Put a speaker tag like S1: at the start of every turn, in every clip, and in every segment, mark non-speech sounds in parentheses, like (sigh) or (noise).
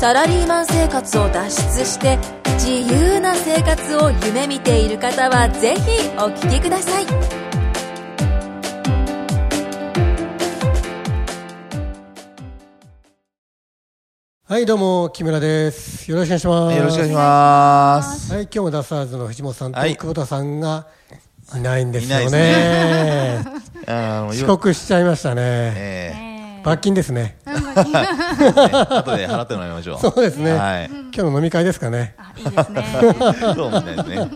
S1: サラリーマン生活を脱出して自由な生活を夢見ている方はぜひお聞きください
S2: はい、どうも、木村です。よろしくお願いします。
S3: よろしくお願いします。
S2: はい、今日もダサーズの藤本さんと
S3: はい
S2: 久保田さんがいないんです
S3: い
S2: よ
S3: ない
S2: ね。
S3: あの
S2: 遅刻しちゃいましたね。
S3: え
S2: 罰金ですね。
S3: え後で払ってもらいましょう。
S2: そうですね。
S3: はい。
S2: 今日の飲み会ですかね。
S4: あいいです
S2: (laughs)
S4: ね。
S3: そうみたいですね。
S2: 久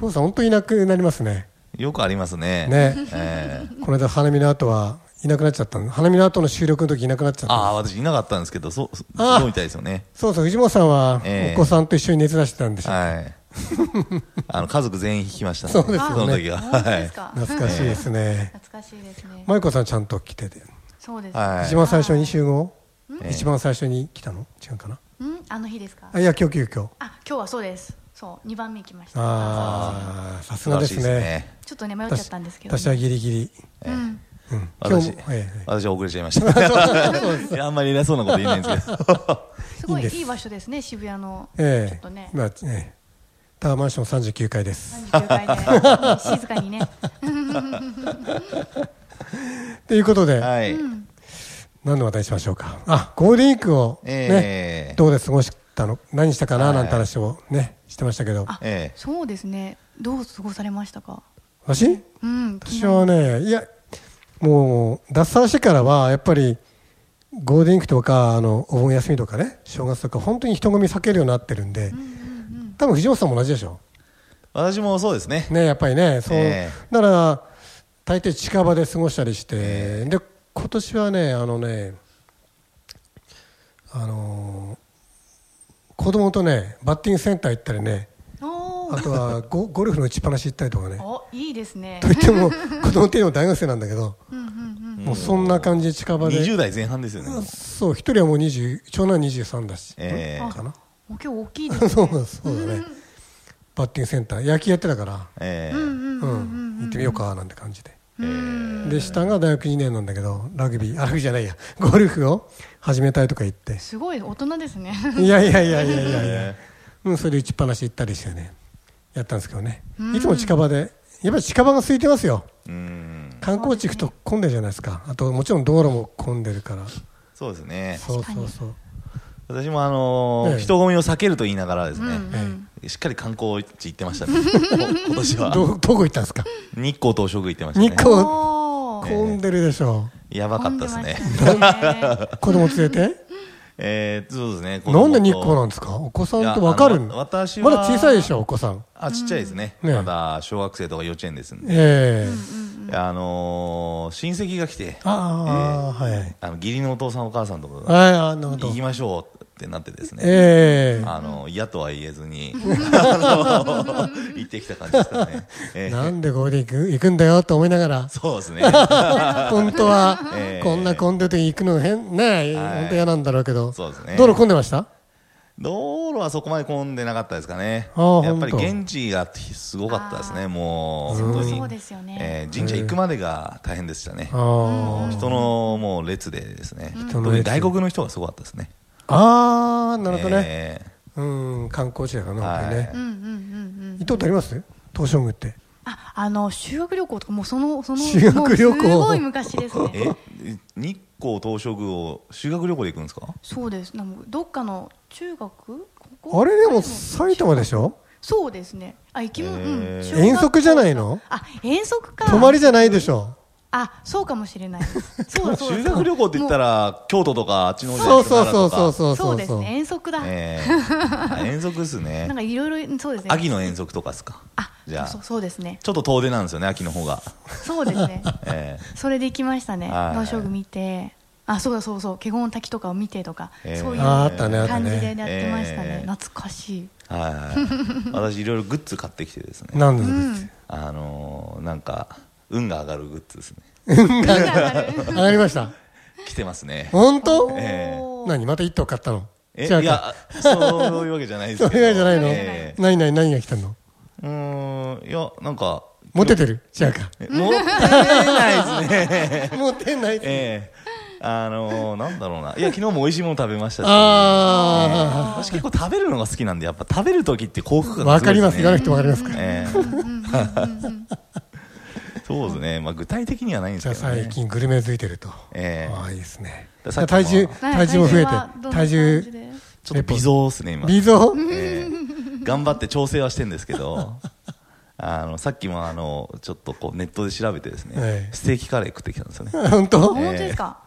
S2: 保田さん、本当にいなくなりますね。
S3: よくありますね。
S2: ね
S3: ええ
S2: この間、花見の後はいなくなっちゃったの。花見の後の収録の時いなくなっちゃった。
S3: ああ、私いなかったんですけど、そう、そ
S2: あー
S3: そうみたいですよね。
S2: そうそう、藤本さんは
S3: ええ
S2: お子さんと一緒に熱出してたんでしょ。
S3: はい。あの、家族全員引きましたね。
S2: そうですよね
S3: その時は。
S4: 本当
S3: は
S4: で
S3: い
S4: す。か。
S2: 懐かしいですね。
S4: 懐かしいですね。
S2: 舞子さんちゃんと来てて。
S4: そうです。
S3: はい
S2: 一番最初に集合
S3: ええ
S2: 一番最初に来たの違うかな
S4: うんあの日ですか。
S2: あいや、今日、今日、今日。
S4: あ今日はそうです。そう二番目行きました。
S2: ああ、さすがです
S3: 素晴らしい
S2: ね。。
S4: ちょっとね迷っちゃったんですけどね。
S2: 私はギリギリ。
S4: うん
S2: うん、今日
S3: 私
S2: も、ええ、
S3: 私は遅れちゃいました。 (laughs) いやあんまり偉そうなこと言えないんですけど。
S4: すご
S2: いい
S4: い
S2: んです
S4: いい場所ですね渋谷の。
S2: ええ
S4: ちょっとね
S2: 今、ええタワーマンション三十九階です。
S4: 39階で静か
S2: (laughs)
S4: にね。
S2: ということで、
S3: はい。
S2: 何の話題にしましょうか。あ、ゴールデンウィークをね、
S3: ええ
S2: どうで過ごしたの、何したかな
S3: はい
S2: なんて話をね、してましたけど、
S4: あ
S3: ええ
S4: そうですね。どう過ごされましたか。
S2: 私、
S4: うん昨
S2: 私
S4: 日
S2: はね、いや、もう脱サラしてからはやっぱりゴールデンウィークとかあのお盆休みとかね、正月とか本当に人混み避けるようになってるんで、多分藤本さんも同じでしょ。
S3: 私もそうですね。
S2: ね、やっぱりね、そう、
S3: え
S2: だから、大抵近場で過ごしたりして、で、今年はね、あのね、あのー子供とね、バッティングセンター行ったりね、
S4: お
S2: あ
S4: ー
S2: とはゴゴルフの打ちっぱなし行ったりとかね、
S4: おいいですね
S2: と。いっても、子供っていうのは大学生なんだけど、もうそんな感じで近場
S3: 20
S2: で、
S3: 代前半ですよね。
S2: そう、一人はもう20、長男23だし、
S3: ええ
S2: かな、 (laughs)
S4: お今日大きいですね。
S2: そうだそうだね、バッティングセンター、野球やってたから、
S3: ええ
S2: うん、行ってみようかなんて感じで。
S3: え
S2: で下が大学2年なんだけどラグビーあラグビーじゃないやゴルフを始めたいとか言って
S4: すごい大人ですね。
S2: いやいやいやいやいやいや、
S3: え
S2: うん、それで打ちっぱなし行ったりしてねやったんですけどねいつも近場でやっぱり近場が空いてますよ
S3: うん。
S2: 観光地行くと混んでるじゃないですかあともちろん道路も混んでるから
S3: そうですね。
S2: そうそうそう
S3: 私もあのー
S2: ええ
S3: 人混みを避けると言いながらですね、
S2: え
S3: しっかり観光地行ってましたね。
S2: (laughs)
S3: こ今年
S2: え
S3: は。
S2: どどこ行ったんですか
S3: 日光東照宮行ってましたね。
S2: 日光
S4: おー
S2: 混んでるでしょ
S3: やばかったですね
S4: 混。んでまし
S2: (laughs)
S4: たね
S2: 子供連れ
S3: (laughs)
S2: て
S3: えー、そうですね。
S2: なんで日光なん
S3: ん
S2: ですかお子さんってわかる
S3: いやあの私
S2: まだ
S3: は
S2: 小さいでしょお子さん
S3: あ、ちっちゃいですね。
S2: ね
S3: まだ小学生とか幼稚園ですんで。
S2: ええ
S3: あのー親戚が来て、
S2: ああ、はい
S3: あの義理のお父さんお母さんとかが
S2: はい、あなるほど
S3: 行き。ましょうってなってですね。
S2: え
S3: あの嫌とは言えず
S2: (laughs)
S3: に、あの行ってきた感じですからね。
S2: え
S3: えー
S2: なんでここで行く行くんだよと思いながら、
S3: そうですね。 (laughs)
S2: 本当は
S3: ええ
S2: こんな混んでて行くの変ねえ、
S3: はい
S2: 本当嫌なんだろうけど、
S3: そうですね
S2: 道路混んでました
S3: 道路はそこまで混んでなかったですかね
S2: あ、あ
S3: やっぱり
S2: 本当
S3: 現地がすごかったですね、もう
S4: そう
S3: 本当に、
S4: そうですよね
S3: えー神社行くまでが大変でしたね、
S2: あ
S3: 人のもう列でですね、
S2: 人の
S3: 特
S2: 列
S3: に外国の人がすごかったですね、
S2: あ、ああ、なるほどね、
S3: え
S2: うん、観光地だからな、
S3: はい
S2: 本当にね
S4: うんうんうんうん。
S2: 行ったことあります東照宮って。
S4: あ、あの修学旅行とかもうそ
S2: (laughs)
S4: のその
S2: 修学旅行
S4: もうすごい昔です
S2: (laughs)
S3: ー
S4: ね。
S3: え日光東照宮を修学旅行で行くんですか、
S4: そうです。なんかどっかの中学ここ
S2: あれでも埼玉でしょ
S4: そうですね。あ、行きも、
S3: へー
S4: うん。小学校
S2: 遠足じゃないの
S4: あ、遠足か。
S2: 泊まりじゃないでしょ
S4: あ、そうかもし
S2: (laughs)
S4: れない。そうだそうだ。
S3: 修学旅行って言った
S4: ら。
S3: ら、京都とかあっちの方じゃな
S2: そ
S3: いうですか
S2: そうそうそう
S3: う、
S2: そう
S4: そ
S2: そうう
S4: ですね。遠足だ。
S3: えーあ遠足ですね
S4: (laughs) なんかいろいろそうですね。
S3: 秋の遠足とかですか、
S4: あ、
S3: じゃあ
S4: そうそうですね。
S3: ちょっと遠出なんですよね、秋の方が。
S4: そうです
S2: (laughs)
S4: ね。
S3: えー
S4: それで行きましたね。
S3: はい
S4: 農将具見て。あ、そうだそうそう。華厳滝とかを見てとか、
S3: えー
S4: そういう
S2: ああったねあった
S4: 感じでやっ
S2: ね
S4: てましたね。
S3: えー
S4: 懐かしい。
S3: はいはいはい、私いろいろグッズ買ってきてですね
S2: なんです
S3: あのーなんか運が上がるグッズですね
S2: 上がりました。
S3: 来てますね
S2: 本当
S3: えー
S2: 何また一頭買ったの
S3: え
S2: 違うか
S3: いやそういうわけじゃないです
S2: そ
S3: けど
S2: れ以外じゃないの、
S3: えー
S2: 何何何が来たの
S3: うーんいやなんか
S2: モテてる違うか。
S3: え持ってないですね
S2: モテない。
S3: (laughs) ええあのーなんだろうないや昨日も美味しいもの食べましたし
S2: あ
S3: 私結構食べるのが好きなんでやっぱ食べる時って幸福
S2: あ、
S3: 感が
S2: わ
S3: すご
S2: か
S3: い
S2: り
S3: で
S2: ます。
S3: すね
S2: 言わなくてもわかりますから。
S3: ええ (laughs) そうですね、まあ、具体的にはないんで
S2: じ
S3: す
S2: ゃあ
S3: けど、ね、
S2: 最近グルメづいてると。
S3: ええ
S2: ああ、いいですね。
S3: だからさっ
S2: 体
S3: きも
S2: 重、体重も増えて、体重、
S3: ちょっと微増ですね、今、
S2: 微増
S3: ええ頑張って調整はしてるんですけど、 (laughs) あのさっきもあのちょっとこうネットで調べて、ですね、
S2: ええ
S3: ステーキカレー食ってきたんですよね、
S2: (laughs) 本当
S4: 本当ですか、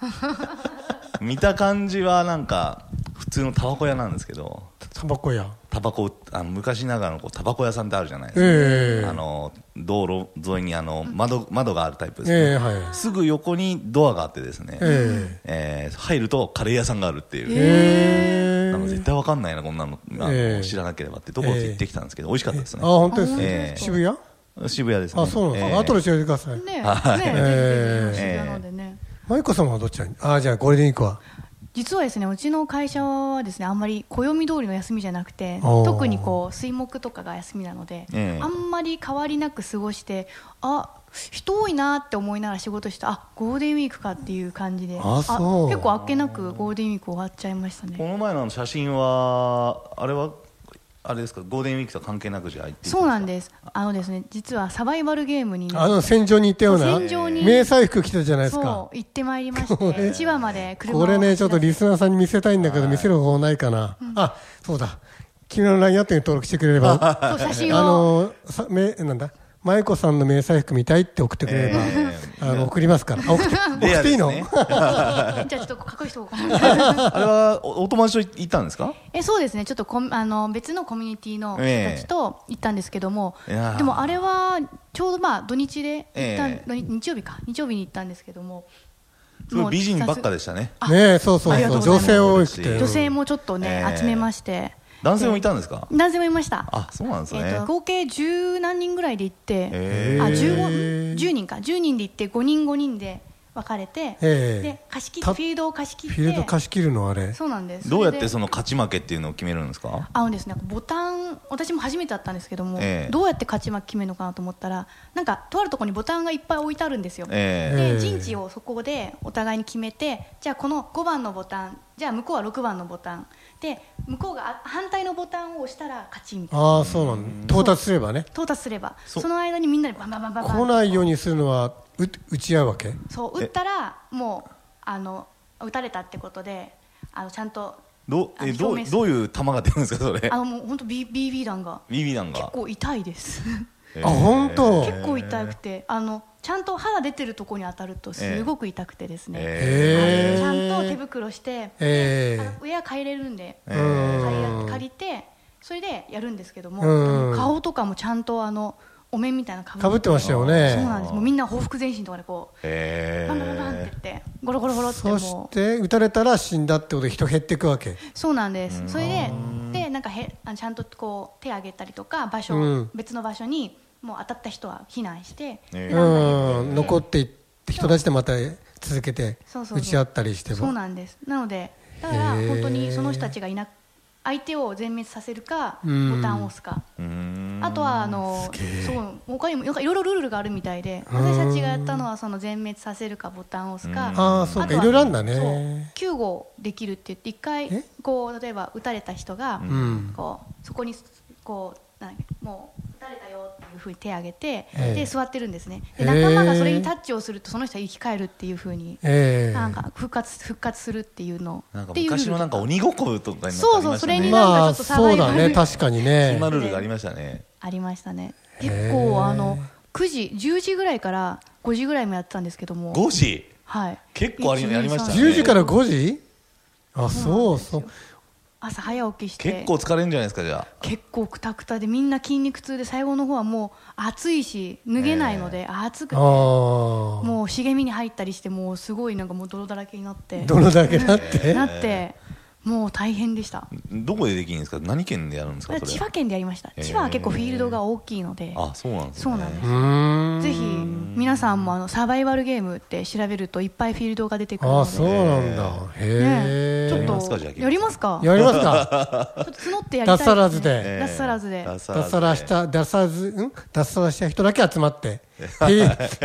S3: 見た感じはなんか、普通のタバコ屋なんですけど、
S2: タバコや。
S3: タバコ売っあの昔ながらのこうタバコ屋さんってあるじゃないです
S2: ええ
S3: か、あの道路沿いにあの窓窓があるタイプですね
S2: ええはい。
S3: すぐ横にドアがあってですね、
S2: え
S3: えー入るとカレー屋さんがあるっていう、
S2: え
S3: なんか絶対わかんないな、こんなの、あの
S2: ええ
S3: 知らなければってところで行ってきたんですけど、美味しかったです
S2: あ
S3: ね、
S2: 本当です
S3: え
S2: ね。
S3: え
S2: 渋谷
S3: 渋谷ですね、
S2: あ、そうな
S3: え
S2: の
S3: え
S2: あ後で教えてください。
S4: ね
S3: はい
S4: ね、
S2: えー
S4: 渋谷なんでね、
S2: まゆこ様はどっちだああ、じゃあゴールデンウィークは。
S4: 実はですねうちの会社はですねあんまり暦通りの休みじゃなくて
S2: おー
S4: 特にこう水木とかが休みなので、
S3: ええ
S4: あんまり変わりなく過ごしてあ人多いなって思いながら仕事してあゴールデンウィークかっていう感じで
S2: あそう
S4: 結構あっけなくゴールデンウィーク終わっちゃいました
S3: こ
S4: ね
S3: の前のあの写真は、あれは、あれですか、ゴールデンウィークとは関係なくじゃあ行ってきた
S4: そうなんですあのですね実はサバイバルゲームに
S2: あの、戦場に行ったような、
S4: 戦場に
S2: 迷彩服着たじゃないですか
S4: そ。う行ってまいりまして千葉まで車を
S2: これね、ちょっと
S4: 走らせて
S2: リスナーさんに見せたいんだけど、見せる方法ないかな。あ、そうだ。君の LINE アットに登録してくれれば、あ
S4: そう写真を
S2: の、さ、め、なんだ、舞子さんの迷彩服見たいって送ってくれれば
S3: え、
S2: あの、送りますから。あ
S3: (laughs)
S2: 送って、送
S3: レ
S2: っ
S3: ア
S2: ていい
S3: です
S2: の
S3: ね
S2: (laughs)
S4: じゃあちょっとかっこいい人をか
S3: (laughs)
S4: な
S3: あれはおお友達と行ったんですか
S4: えそうですねちょっとコミあの別のコミュニティの人たちと行ったんですけども、
S3: いやー
S4: でもあれはちょうどまあ土日で行ったん、
S3: ええ
S4: 土日日曜日か日曜日に行ったんですけども
S3: すごい美人ばっか
S4: で
S3: でしたね、
S4: あ
S2: ねえ、そうそう
S4: ありが
S2: そ
S4: と
S2: う、
S4: うござい
S2: 女
S4: ます
S2: 性多くて。
S4: 女性もちょっとね、
S3: ええ
S4: 集めまして
S3: 男性もいたんですか、
S4: 男性もいました
S3: あそうなんですね
S4: えっと合計10何人ぐらいで行って、
S3: へ
S2: ー
S4: あ15 10人か10人で行って5人5人で分かれて、
S2: ええ
S4: で貸し切ったフィールドを貸し切って
S2: フィールド貸し切るのあれ。
S4: そうなんです
S3: どうやっ
S4: それで
S3: てその勝ち負けっていうのを決めるんですか
S4: あのですね、ボタン、私も初めてだったんですけども、
S3: ええ
S4: どうやって勝ち負け決めるのかなと思ったら、なんか、とあるところにボタンがいっぱい置いてあるんですよ。
S3: え
S2: ええ
S4: で陣地をそこでお互いに決めてじゃあこの5番のボタンじゃあ向こうは6番のボタンで向こうがあ反対のボタンを押したら勝ちみたいな
S2: ああ、そうなの。到達すればね。
S4: 到達すれば
S3: そ
S4: その間にみんなでバンバンバンバンバン
S2: 来ないようにするのは、う打ち合うわけ
S4: そう打ったらもうあの打たれたってことであのちゃんと
S3: ど
S4: あ
S3: え
S4: の
S3: ど
S4: 表
S3: う
S4: 明する
S3: どういう球が出るんですかそれ
S4: あ
S3: (laughs)
S4: のもう本当 BB 弾が
S3: BB 弾
S4: 結
S3: が
S4: 構痛いです。
S3: えー
S2: あ本当
S4: 結構痛くて、あのちゃんと肌出てるところに当たるとすごく痛くてですね、
S2: ええ
S4: あのちゃんと手袋して、
S2: え
S4: あのウェア借りれるんで、
S3: え
S4: 借
S2: ー
S4: り借りてそれでやるんですけど
S2: うん
S4: も顔とかもちゃんとあのお面みたいな
S2: え。かぶってましたよね。
S4: そうなんですもうみんな報復前進とかでこう
S3: え
S4: バンバンバンって
S3: ー
S4: ってゴロゴロゴロって
S2: そし
S4: もう
S2: て撃たれたら死んだってことで人減っていくわけ
S4: そうなんですそれででなんかへあのちゃんとこう手あげたりとか場所、
S2: うん
S4: 別の場所にもう当たった人は避難して、
S3: え
S2: う
S3: え
S2: ん残っていって人たちでまた続けて
S4: そうそうそう
S2: 打ち合ったりしても
S4: そうなんですなのでだから
S2: へー
S4: 本当にその人たちがいな相手を全滅させるか
S2: うん
S4: ボタンを押すか
S3: うーん
S4: あとはあのそう他にもいろいろルールがあるみたいで私たちがやったのはその全滅させるかボタンを押すか
S2: ああそうか
S4: と
S2: い
S4: は
S2: ろいろあるんだ
S4: そう
S2: ね
S4: 救護をできるって言って一
S2: え
S4: 回こう例えば撃たれた人が
S2: ん
S4: こうそこにこうなんだっけもう撃たれたよっていうふうに手を挙げて
S2: ええ
S4: で座ってるんですね
S2: へ
S4: で
S2: ー
S4: 仲間がそれにタッチをするとその人は生き返るっていうふうに
S2: え
S4: なん
S2: え
S4: か復活復活するっていうの
S3: なんか
S4: っていうルール
S3: 昔のなんか鬼ごっことかになんか
S4: そう
S3: ありま
S4: そう
S3: した
S4: そ
S3: ね
S4: れになんか
S2: ま
S4: ちょ
S2: あ
S4: っとサバ
S2: そう
S4: イバ
S2: だ
S4: ル
S2: ね確かに
S4: (laughs)
S2: ね
S3: 今ルールがありましたね
S4: ありましたね
S2: へ
S4: 結
S2: ー
S4: 構あの9時10時ぐらいから5時ぐらいもやったんですけども
S3: 5時
S4: はい
S3: 結構あり
S4: 1 2
S3: やりましたね
S2: 10時から5時あそうそう
S4: 朝早起きして
S3: 結構疲れるんじゃないですかじゃ
S4: 結構くたくたでみんな筋肉痛で最後の方はもう暑いし脱げないので暑くて
S2: ああ
S4: もう茂みに入ったりしてもうすごいなんかもう泥だらけになって
S2: どのだけだって
S4: なってもう大変でした
S3: どこでできるんですか何県でやるんですかそれ
S4: 千葉県でやりました
S3: へー
S4: 千葉は結構フィールドが大きいので
S3: あそうなんですね
S4: そうなんです
S2: うーん
S4: ぜひ皆さんもあのサバイバルゲームって調べるといっぱいフィールドが出てくる
S2: あ
S4: の
S2: あ
S4: で
S2: そうなんだへえ
S4: ね、ちょっ
S3: やりますかじゃあ
S4: とやりますか
S2: やりますか
S4: ちょっと募ってやりたい
S2: 脱サラーズで、
S3: ええ
S4: 脱サラーズで
S3: 脱サラーズ
S2: 脱サラした脱サラずん脱サラした人だけ集まって平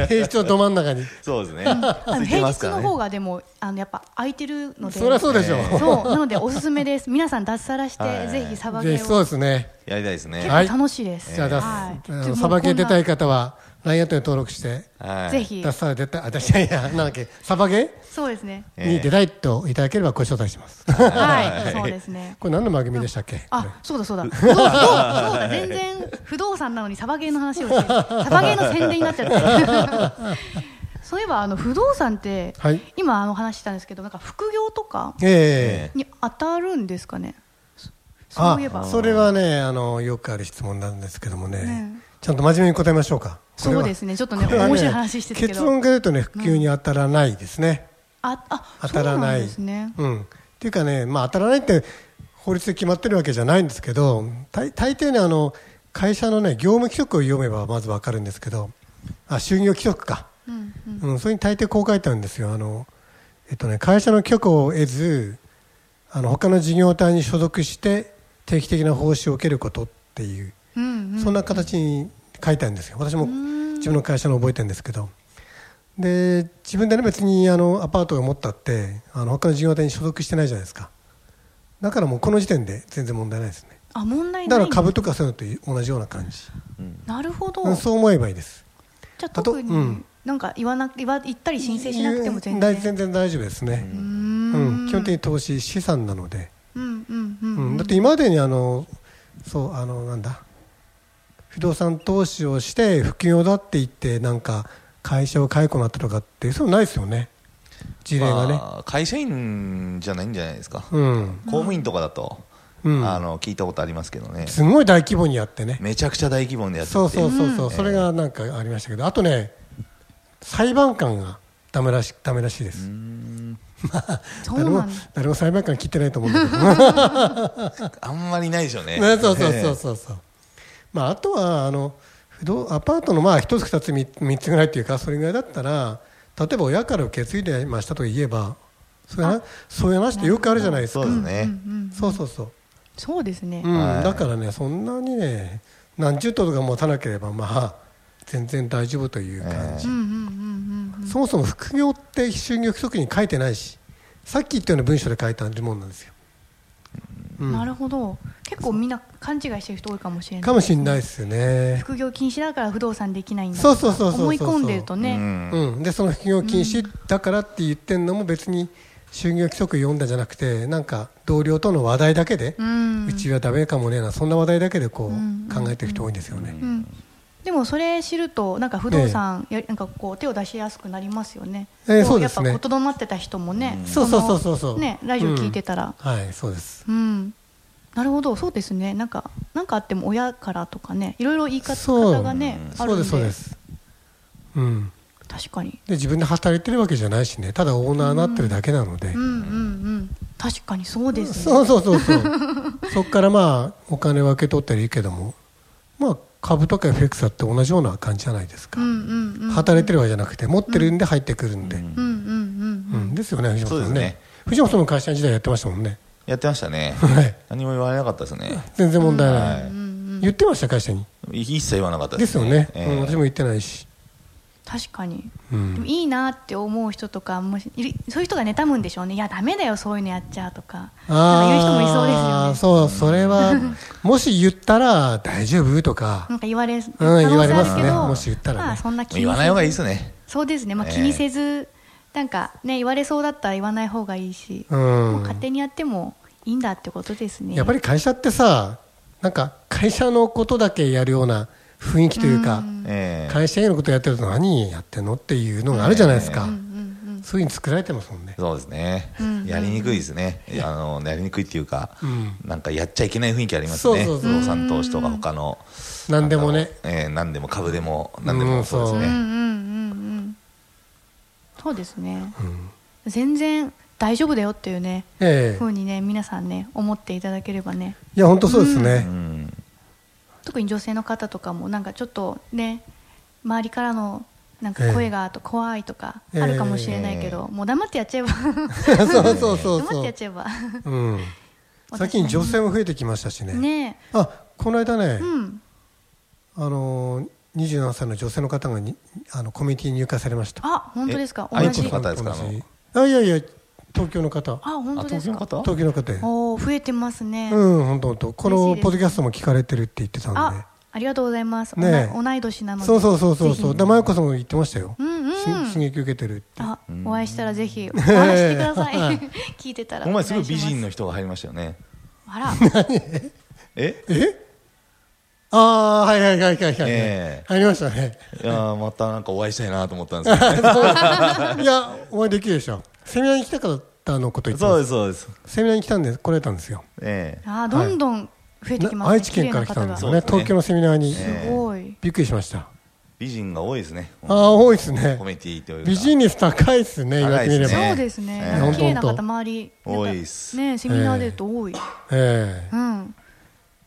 S2: 平日のど真ん中に
S3: そうですね
S4: あの
S3: 空いて
S4: 平
S3: ます
S4: 日
S3: から
S4: の
S3: ね
S4: 方がでもあのやっぱ空いてるので
S2: そりゃそうでしょ、
S3: え
S4: そうなのでおすすめです皆さん脱サラして、
S3: はい
S4: ぜひサバゲ
S2: ぜひ
S4: ー
S2: そ
S4: を
S2: うですね
S3: やりたいですね
S4: 結
S2: は
S4: 構楽しいです、
S2: じゃあ、
S4: は
S2: だ
S4: い
S2: あの
S4: ちょっともう
S2: サバゲー出たい
S4: こん
S2: 方は、ラインアットに登録して、
S3: はい
S4: ぜひ
S2: 出され出た、あ、出したい
S4: (laughs)
S2: や、なんだっけ、サバゲ
S4: なそうです
S2: (laughs)
S4: ね
S2: ーに出たいといただければご招待します。
S4: はいそうですね
S2: これ何の番組でしたっけ
S4: あそうだそ
S2: (laughs)
S4: うだ不動そうそうだ全然不動産なのにサバゲーの話
S2: (laughs)
S4: をしてサバゲーの宣伝になっちゃって (laughs) そういえばあの不動産って、
S2: はい
S4: 今あの話したんですけどなんか副業とか
S2: ええ
S4: に当たるんですかねそそういえ
S2: あ、
S4: ば
S2: それはね、あの、よくある質問なんですけどもね
S4: ね、
S2: ちゃんと真面目に答えましょうか。これは
S4: そうですねちょっと
S2: こ
S4: ね
S2: れはね
S4: 面白い話してたけど
S2: 結論が出るとね、普及に当たらないですね。
S4: ああ
S2: 当たらない。
S4: そうなんですね、
S2: うん。っていうかね、まあ当たらないって法律で決まってるわけじゃないんですけど、大大抵ね、あの、会社のね、業務規則を読めばまずわかるんですけど、あ、就業規則か。
S4: うんうん
S2: うん、それに大抵こう書いてあるんですよ。あの、えっとね、会社の許可を得ず、あの、他の事業体に所属して定期的な報酬を受けることっていう、
S4: うんうん
S2: そんな形に書いてあるんですよ。私も
S4: ん
S2: 自分の会社の覚えてるんですけど。で、自分でね、別にあの、アパートを持ったって、あの、他の事業体に所属してないじゃないですか。だからもうこの時点で全然問題ないですね。
S4: あ問題な
S2: だ
S4: い
S2: から株とかそういうのと同じような感じ。
S4: なるほど、
S2: うん
S4: じ
S2: そう思えばいいです。
S4: ゃあ
S2: あと
S4: 特
S2: う
S4: に
S2: ん
S4: なんか言わな言わ言ったり申請しなくても全
S2: 大
S4: 然
S2: 全然大丈夫ですね。
S4: うー
S2: うん、
S4: ん
S2: 基本的に投資資産なので、
S4: うんうんう
S2: うん
S4: んうん
S2: だって今までにあのそうあのなんだ不動産投資をして不況だって言ってなんか会社を解雇になったとかってそういうのないですよね事例がね、
S3: まあ会社員じゃないんじゃないですか
S2: うん、
S3: 公務員とかだと
S2: うん
S3: あの聞いたことありますけどね
S2: すごい大規模にやってね
S3: めちゃくちゃ大規模でやってて
S2: そうそうそうそう、
S4: うん
S2: それがなんかありましたけどあとね裁判官がダメらしダメらしいです、
S4: そう
S2: 誰
S4: な
S2: も
S4: んだ
S2: 誰も裁判官聞いてないと思うんだけど
S3: あんまりないでしょうね
S2: ね、そうそうそう
S3: え
S2: そうそう、まあ、あとはあの不動アパートのまあ1つ2つみ3つぐらいっていうかそれぐらいだったら例えば親から受け継いでましたと言えばそういう話そういう話ってよくあるじゃない
S3: え
S2: です
S3: (laughs) そ
S2: か
S3: うです
S4: うんう
S3: ね
S4: ん
S2: そうそうそう、
S4: そうですね、
S2: うん
S3: はい
S2: だからねそんなにね何十頭とか持たなければまあ全然大丈夫という感じ、
S4: うんうんうんうんうん
S2: そもそも副業って就業規則に書いてないしさっき言ったような文章で書いてあるもんなんですよ、うん
S4: なるほど結構みんな勘違いしてる人多いかもしれない
S2: かもしれないですよね
S4: 副業禁止だから不動産できないんだ
S2: そうそうそうそうそう
S4: 思い込んでると
S3: う
S4: ね、
S3: ん
S2: うん、でその副業禁止だからって言ってんのも別に就業規則読んだじゃなくてなんか同僚との話題だけで、
S4: う
S2: うんちはダメかもねえなそんな話題だけでこう
S4: うん
S2: 考えてる人多いんですよね、
S4: うんでもそれ知るとなんか不動産や、なんかこう手を出しやすくなりますよね。
S2: えー
S4: こ
S2: そうですね
S4: やっぱとどまってた人もね。
S2: そうそうそうそう
S4: そ
S2: そ
S4: の
S2: う
S4: ねラジオ聞いてたら、
S2: うんはいそうです
S4: うん、なるほどそうですねなんかなんかあっても親からとかねいろいろ言い方
S2: そう
S4: 方がねあ
S2: そ
S4: る
S2: うん
S4: で
S2: ですそうですうん
S4: 確かに。
S2: で自分で働いてるわけじゃないしねただオーナーになってるだけなので、
S4: うんうんうん確かにそうですね。
S2: そうそうそう (laughs) そうそこからまあお金は受け取ってるけどもまあ株とか FX だって同じような感じじゃないですか、
S4: うんうんうん。
S2: 働いてるわけじゃなくて持ってるんで入ってくるんで、うん
S4: うんうんうん
S2: ですよね藤本さ
S3: そ
S2: ん
S3: う
S2: ね
S3: ですね
S2: 藤本さんも会社時代やってましたもんね (laughs)
S3: やってましたね
S2: はい
S3: 何も言われなかったですね
S2: 全然問題ない、
S3: はい
S2: 言ってました会社に
S3: 一切言わなかった
S2: ですよね、
S3: え
S2: うん、
S3: え
S2: 私も言ってないし、
S4: 確かに。
S2: う
S4: でも
S2: ん、
S4: いいなって思う人とかもしいるそういう人が妬むんでしょうねいやダメだよそういうのやっちゃうとかなんか言う人もいそうですよ
S2: あ
S4: ね
S2: ーそうそれはもし言ったら大丈夫とか
S4: なんか言われる可
S2: うん言
S4: 能
S2: われ
S4: 性あ
S2: ま
S4: る
S2: す
S4: け
S2: ね
S4: ど、
S2: もし言ったらね
S4: まあそんな気に
S3: 言わない方がいいですね
S4: そうですね、まあ、
S3: ええ
S4: 気にせず、なんかね言われそうだったら言わない方がいいし、
S2: う
S4: もうん勝手にやってもいいんだってことですね
S2: やっぱり会社ってさなんか会社のことだけやるような雰囲気というか、
S3: ええ
S2: 会社へのことやってると何やってんのっていうのがあるじゃないですか、
S4: うんうん
S2: そういうふうに作られてますもんね
S3: そうですね
S4: うんうん
S3: やりにくいですねあのやりにくいっていうか
S2: うん
S3: なんかやっちゃいけない雰囲気ありますね
S2: そう
S3: 不
S2: そうそう
S3: 動産投資とか他の
S2: 何でもね
S3: あのええ何でも株でも何でも
S2: うん
S3: そうです
S4: うんうんう
S3: ね
S4: んうんうんそうですね、全然大丈夫だよっていうね、
S2: ええ
S4: ふうにね皆さんね思っていただければね
S2: いや本当そうですね、
S3: うん
S4: 特に女性の方とかもなんかちょっとね周りからのなんか声があと怖いとか
S2: ええ
S4: あるかもしれないけど、もう黙ってやっちゃえば
S2: (laughs) そうそうそう
S4: (laughs) 黙っ
S2: そ
S4: てや
S2: う
S4: っ、ちゃえば
S2: うん、最近女性も増えてきましたしね
S4: (laughs) ね
S2: あこの間ね、
S4: えうん
S2: あのー27歳の女性の方がにあのコミュニティに入会されました
S4: あ本当ですか
S3: え
S4: 同
S3: 愛知
S4: じ
S3: の方ですか
S2: 同じあいやいや東京の方
S4: あ本当です
S3: あ
S4: か
S3: 東京の方
S2: 東京の方で
S4: おー増えてますね、
S2: うん本当本当こ
S4: 嬉しい
S2: の
S4: です
S2: ポッドキャストも聞かれてるって言ってたんで
S4: あありがとうございます、
S2: ねえ
S4: おな同い年なので
S2: そうそうそうそう
S4: ぜ
S2: そ
S4: ひ
S2: うだまよこさんも言ってましたよ、
S4: うんうん
S2: し刺激受けてるって
S4: あお会いしたらぜひお話ししてください聞いてたら
S3: お前すごい美人
S4: の
S3: の人が入りましたよね
S4: あら
S3: え
S2: えああーはいはいはいはいはい、
S3: ええ
S2: 入りました
S3: (laughs)
S2: ね
S3: いやーまたなんかお会いしたいなと思ったんですけどね
S2: いやお会いできるでしょセミナーに来た方のこと言って
S3: (laughs) そう
S2: ま
S3: ですそうです
S2: すセミナーに来たんで来られたんですよ
S3: ええ
S4: あーどんどん増えてきますね、
S2: 愛知県から来たんですよね
S3: 綺麗な方が
S2: 東京のセミナーに、
S4: 綺麗な方がすごい、
S2: びっくりしました
S3: 美人が多いですね
S2: ああ多いですね
S3: コミュニティというか
S2: 美人率高いですね言われてみれば、
S3: 高いっね
S4: そうですね、
S3: ええ
S4: 綺麗な方周りなんか
S3: 多いっす
S4: ねセミナーでと多い、
S2: ええ
S4: うん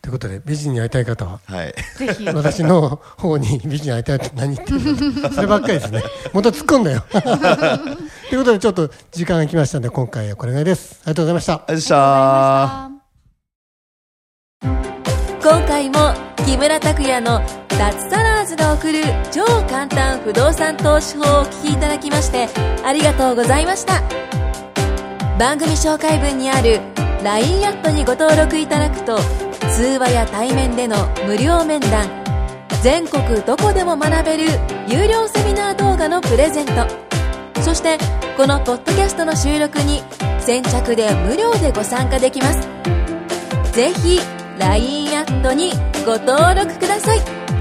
S2: ということで美人に会いたい方は
S3: はい
S4: ぜひ
S2: 私の方に美人に会いたいって何言ってるのそればっかりですねまた突っ込んだよ (laughs) ということでちょっと時間が来ましたので今回はこれぐらいですありがとうございました
S3: よっしゃー
S1: 今回も木村拓哉の脱サラーズが送る超簡単不動産投資法をお聞きいただきましてありがとうございました番組紹介文にある LINE アットにご登録いただくと通話や対面での無料面談全国どこでも学べる有料セミナー動画のプレゼントそしてこのポッドキャストの収録に先着で無料でご参加できますぜひ LINE アットにご登録ください